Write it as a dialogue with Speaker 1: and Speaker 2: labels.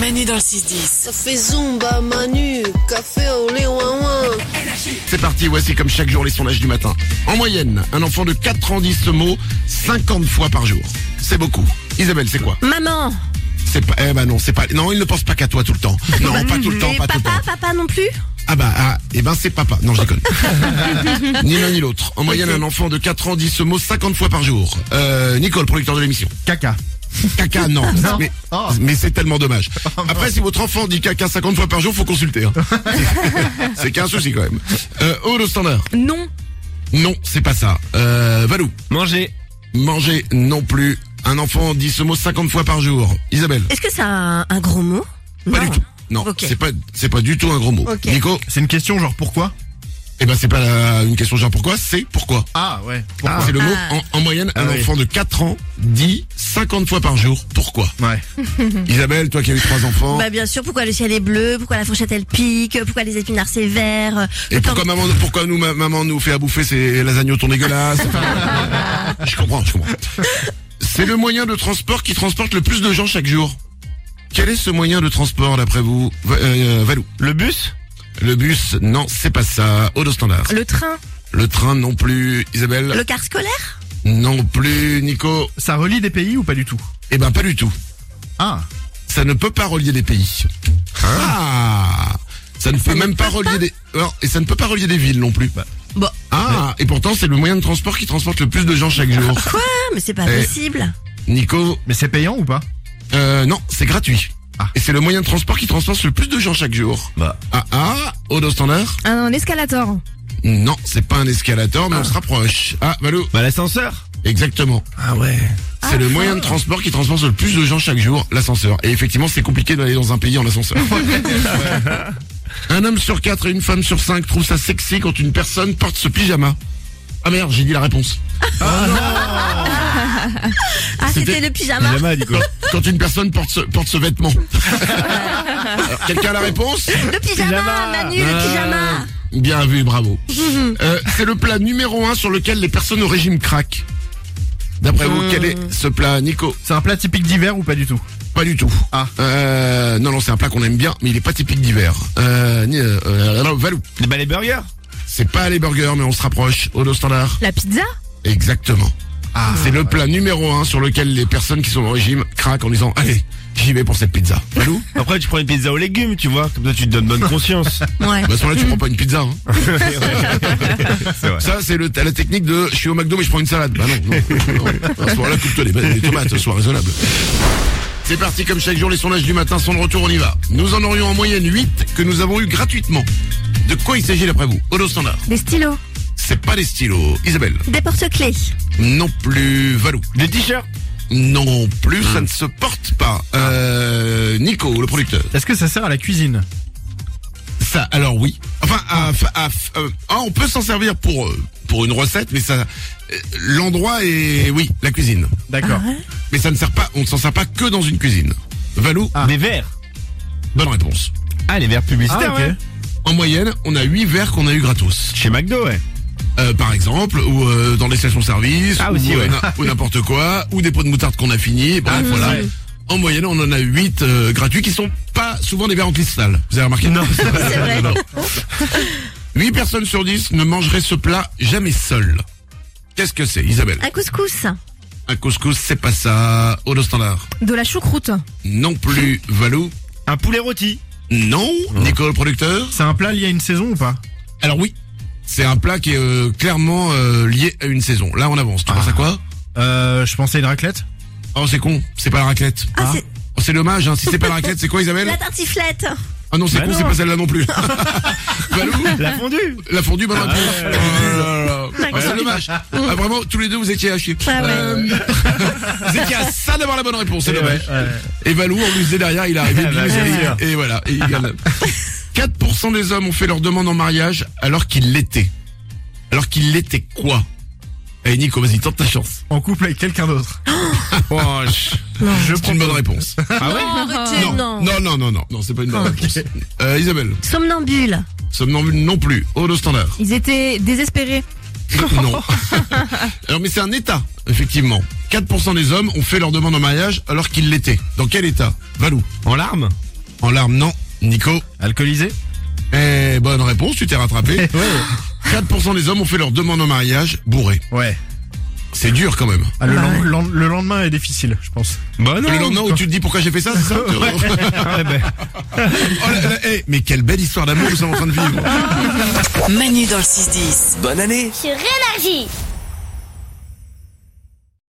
Speaker 1: Manu dans le 6-10.
Speaker 2: Ça fait zumba, Manu, café au lait, ouin ouin.
Speaker 3: C'est parti, voici comme chaque jour les sondages du matin. En moyenne, un enfant de 4 ans dit ce mot 50 fois par jour. C'est beaucoup. Isabelle, c'est quoi
Speaker 4: Maman
Speaker 3: C'est pas eh ben non, c'est pas non, il ne pense pas qu'à toi tout le temps. Non, pas tout le temps,
Speaker 4: Et
Speaker 3: pas tout le
Speaker 4: papa,
Speaker 3: temps.
Speaker 4: papa non plus
Speaker 3: Ah bah ah, eh ben c'est papa. Non, je déconne. ni l'un ni l'autre. En moyenne, un enfant de 4 ans dit ce mot 50 fois par jour. Euh, Nicole, producteur de l'émission.
Speaker 5: Caca.
Speaker 3: Caca, non.
Speaker 5: Non.
Speaker 3: Mais,
Speaker 5: Oh.
Speaker 3: mais c'est tellement dommage. Après, si votre enfant dit caca 50 fois par jour, faut consulter. hein. c'est qu'un souci quand même. Euh, Aude au standard.
Speaker 4: Non.
Speaker 3: Non, c'est pas ça. Euh, Valou.
Speaker 5: Manger.
Speaker 3: Manger non plus. Un enfant dit ce mot 50 fois par jour. Isabelle.
Speaker 4: Est-ce que c'est un, un gros mot
Speaker 3: Pas
Speaker 4: Non.
Speaker 3: du tout. Non,
Speaker 4: Ok.
Speaker 3: c'est pas c'est pas du tout un gros mot.
Speaker 4: Ok.
Speaker 3: Nico,
Speaker 5: C'est une question genre pourquoi
Speaker 3: eh ben c'est pas la- une question genre pourquoi, c'est pourquoi.
Speaker 5: Ah ouais.
Speaker 3: C'est le mot
Speaker 4: Ah.
Speaker 3: en, en moyenne un
Speaker 5: Ah oui.
Speaker 3: enfant de 4 ans dit 50 fois par jour pourquoi.
Speaker 5: Ouais. Hmm.
Speaker 3: Isabelle, toi qui as eu trois enfants
Speaker 4: Bah bien sûr, pourquoi le ciel est bleu, pourquoi la fourchette elle pique, pourquoi les épinards c'est vert. euh,
Speaker 3: et pourquoi maman pourquoi nous ma- maman nous fait à bouffer ces lasagnes au thon dégueulasses Enfin, Je comprends, je comprends. C'est le moyen de transport qui transporte le plus de gens chaque jour. Quel est ce moyen de transport d'après vous Va- euh, Valou
Speaker 5: Le bus
Speaker 3: Le bus, non, c'est pas ça. Auto standard.
Speaker 4: Le train,
Speaker 3: Le train non plus. Isabelle
Speaker 4: le car scolaire
Speaker 3: Non plus. Nico
Speaker 5: Ça relie des pays ou pas du tout
Speaker 3: Eh ben pas du tout.
Speaker 5: Ah.
Speaker 3: Ça ne peut pas relier des pays. Ah Hein Ça ne peut même pas relier des. Alors, et ça ne peut pas relier des villes non plus.
Speaker 4: Bah.
Speaker 3: Ah Et pourtant c'est le moyen de transport qui transporte le plus de gens chaque jour.
Speaker 4: Quoi Ah, Mais c'est pas
Speaker 3: Eh.
Speaker 4: possible.
Speaker 3: Nico
Speaker 5: Mais c'est payant ou pas
Speaker 3: euh, Non, c'est gratuit.
Speaker 5: Ah.
Speaker 3: Et c'est le moyen de transport qui transporte le plus de gens chaque jour.
Speaker 5: Bah.
Speaker 3: Ah ah Odo standard
Speaker 6: Un escalator.
Speaker 3: Non, c'est pas un escalator, mais on se rapproche. Ah, Valou
Speaker 5: Bah l'ascenseur.
Speaker 3: Exactement.
Speaker 5: Ah ouais.
Speaker 3: C'est le moyen de transport qui transporte le plus de gens chaque jour, l'ascenseur. Et effectivement, c'est compliqué d'aller dans un pays en ascenseur. un homme sur quatre et une femme sur cinq trouvent ça sexy quand une personne porte ce pyjama. Ah merde, j'ai dit la réponse.
Speaker 4: Ah c'était le pyjama.
Speaker 3: Quand, quand une personne porte ce, porte ce vêtement. Alors, Quelqu'un a la réponse
Speaker 4: Le pyjama,
Speaker 5: Pyjama.
Speaker 4: Manu, le pyjama.
Speaker 3: Bien vu, bravo. Euh, c'est le plat numéro un sur lequel les personnes au régime craquent. D'après vous, quel est ce plat, Nico
Speaker 5: C'est un plat typique d'hiver ou pas du tout
Speaker 3: Pas du tout.
Speaker 5: Ah.
Speaker 3: Euh, non, non, c'est un plat qu'on aime bien, mais il est pas typique d'hiver. Euh, ni- euh, euh, alors, Valou.
Speaker 5: Bah les burgers.
Speaker 3: C'est pas les burgers, mais on se rapproche. Odo standard.
Speaker 6: La pizza. Ah.
Speaker 3: Exactement. Ah, c'est le plat numéro un sur lequel les personnes qui sont au régime craquent en disant allez, j'y vais pour cette pizza. Valou
Speaker 7: Après, tu prends une pizza aux légumes, tu vois. Comme ça, tu te donnes bonne conscience.
Speaker 4: Ouais.
Speaker 3: Bah, à ce moment-là, tu prends pas une pizza. hein.
Speaker 7: C'est vrai.
Speaker 3: Ça, c'est le- la technique de je suis au McDo mais je prends une salade. Bah non, non, non. À ce moment-là, coupe-toi des, des tomates, sois raisonnable. C'est parti comme chaque jour, les sondages du matin sont de retour, on y va. Nous en aurions en moyenne 8 que nous avons eu gratuitement. De quoi il s'agit d'après vous Odo standard.
Speaker 6: Des stylos.
Speaker 3: C'est pas les stylos. Isabelle
Speaker 4: Des porte-clés.
Speaker 3: Non plus. Valou
Speaker 7: Des t-shirts.
Speaker 3: Non plus, ça ne se porte pas. Euh, Nico, le producteur.
Speaker 5: Est-ce que ça sert à la cuisine
Speaker 3: Ça, alors oui. Enfin, à- à- euh, ah, on peut s'en servir pour euh, pour une recette, mais ça, euh, l'endroit est, oui, la cuisine.
Speaker 5: D'accord.
Speaker 3: Mais ça ne sert pas, on ne s'en sert pas que dans une cuisine. Valou,
Speaker 5: Ah.
Speaker 7: Des verres.
Speaker 3: bonne réponse.
Speaker 7: Ah, les verres publicitaires,
Speaker 5: Ah, ok.
Speaker 7: ouais.
Speaker 3: En moyenne, on a 8 verres qu'on a eu gratos.
Speaker 7: Chez McDo, ouais.
Speaker 3: Euh, par exemple, ou euh, dans les stations-service,
Speaker 7: Ah,
Speaker 3: ou,
Speaker 7: aussi,
Speaker 3: euh,
Speaker 7: ouais.
Speaker 3: na- ou n'importe quoi, ou des pots de moutarde qu'on a fini. Bref, voilà.
Speaker 7: ouais.
Speaker 3: En moyenne, on en a 8 gratuits qui sont pas souvent des verres en cristal. Vous avez remarqué Non,
Speaker 4: C'est vrai.
Speaker 3: 8 personnes sur 10 ne mangeraient ce plat jamais seul. Qu'est-ce que c'est, Isabelle
Speaker 4: Un couscous.
Speaker 3: Un couscous, c'est pas ça. Au standard.
Speaker 6: De la choucroute.
Speaker 3: Non plus. Valou
Speaker 7: Un poulet rôti.
Speaker 3: Non. Nicole, producteur
Speaker 5: C'est un plat lié à une saison ou pas
Speaker 3: Alors oui, c'est un plat qui est euh, clairement euh, lié à une saison. Là, on avance. Tu penses à quoi
Speaker 5: Euh, je pensais à une raclette.
Speaker 3: Oh, c'est con. C'est pas la raclette.
Speaker 4: Ah, c'est
Speaker 3: Oh, c'est dommage. Hein. Si c'est pas la raclette, c'est quoi, Isabelle
Speaker 4: la tartiflette.
Speaker 3: Ah non, c'est
Speaker 7: Bah
Speaker 3: con,
Speaker 7: non.
Speaker 3: c'est pas celle-là non plus. Valou
Speaker 7: La fondue.
Speaker 3: La fondue, bonne réponse. Oh là là là.
Speaker 4: D'accord.
Speaker 3: C'est dommage. Ah, vraiment, tous les deux, vous étiez à chier. Euh,
Speaker 4: Ah ouais.
Speaker 3: vous étiez à ça d'avoir la bonne réponse. C'est
Speaker 5: Eh
Speaker 3: dommage.
Speaker 5: ouais, ouais.
Speaker 3: Et Valou, on lui disait derrière, il est arrivé.
Speaker 7: Ah bah,
Speaker 3: puis il
Speaker 7: bien
Speaker 3: nous a dit- et voilà, et il gagne. 4% des hommes ont fait leur demande en mariage alors qu'ils l'étaient. Alors qu'ils l'étaient quoi Eh Nico, vas-y, tente ta chance.
Speaker 5: En couple avec quelqu'un d'autre.
Speaker 3: Je prends une bonne réponse.
Speaker 7: Ah
Speaker 4: Arrêtez,
Speaker 3: non, non, non, non, non, non, c'est pas une bonne réponse. Euh, Isabelle,
Speaker 4: Somnambule.
Speaker 3: somnambule non plus, au standard.
Speaker 6: Ils étaient désespérés.
Speaker 3: Non. alors mais c'est un état, effectivement. 4% des hommes ont fait leur demande en mariage alors qu'ils l'étaient. Dans quel état Valou
Speaker 7: En larmes.
Speaker 3: En larmes, non. Nico
Speaker 5: Alcoolisé
Speaker 3: Eh, bonne réponse, tu t'es rattrapé.
Speaker 5: Ouais.
Speaker 7: Eh
Speaker 3: 4% des hommes ont fait leur demande en mariage bourré.
Speaker 5: Ouais.
Speaker 3: C'est dur quand même.
Speaker 5: Ah, le,
Speaker 6: Bah
Speaker 5: lend-
Speaker 6: ouais.
Speaker 5: lend- le lendemain est difficile, je pense.
Speaker 7: Bah non.
Speaker 3: Le lendemain où tu te dis pourquoi j'ai fait ça, c'est ça
Speaker 7: Ah, bah.
Speaker 3: Oh là là, eh, Mais quelle belle histoire d'amour nous sommes en train de vivre
Speaker 1: Manu dans le 6-10. Bonne année
Speaker 8: sur Énergie.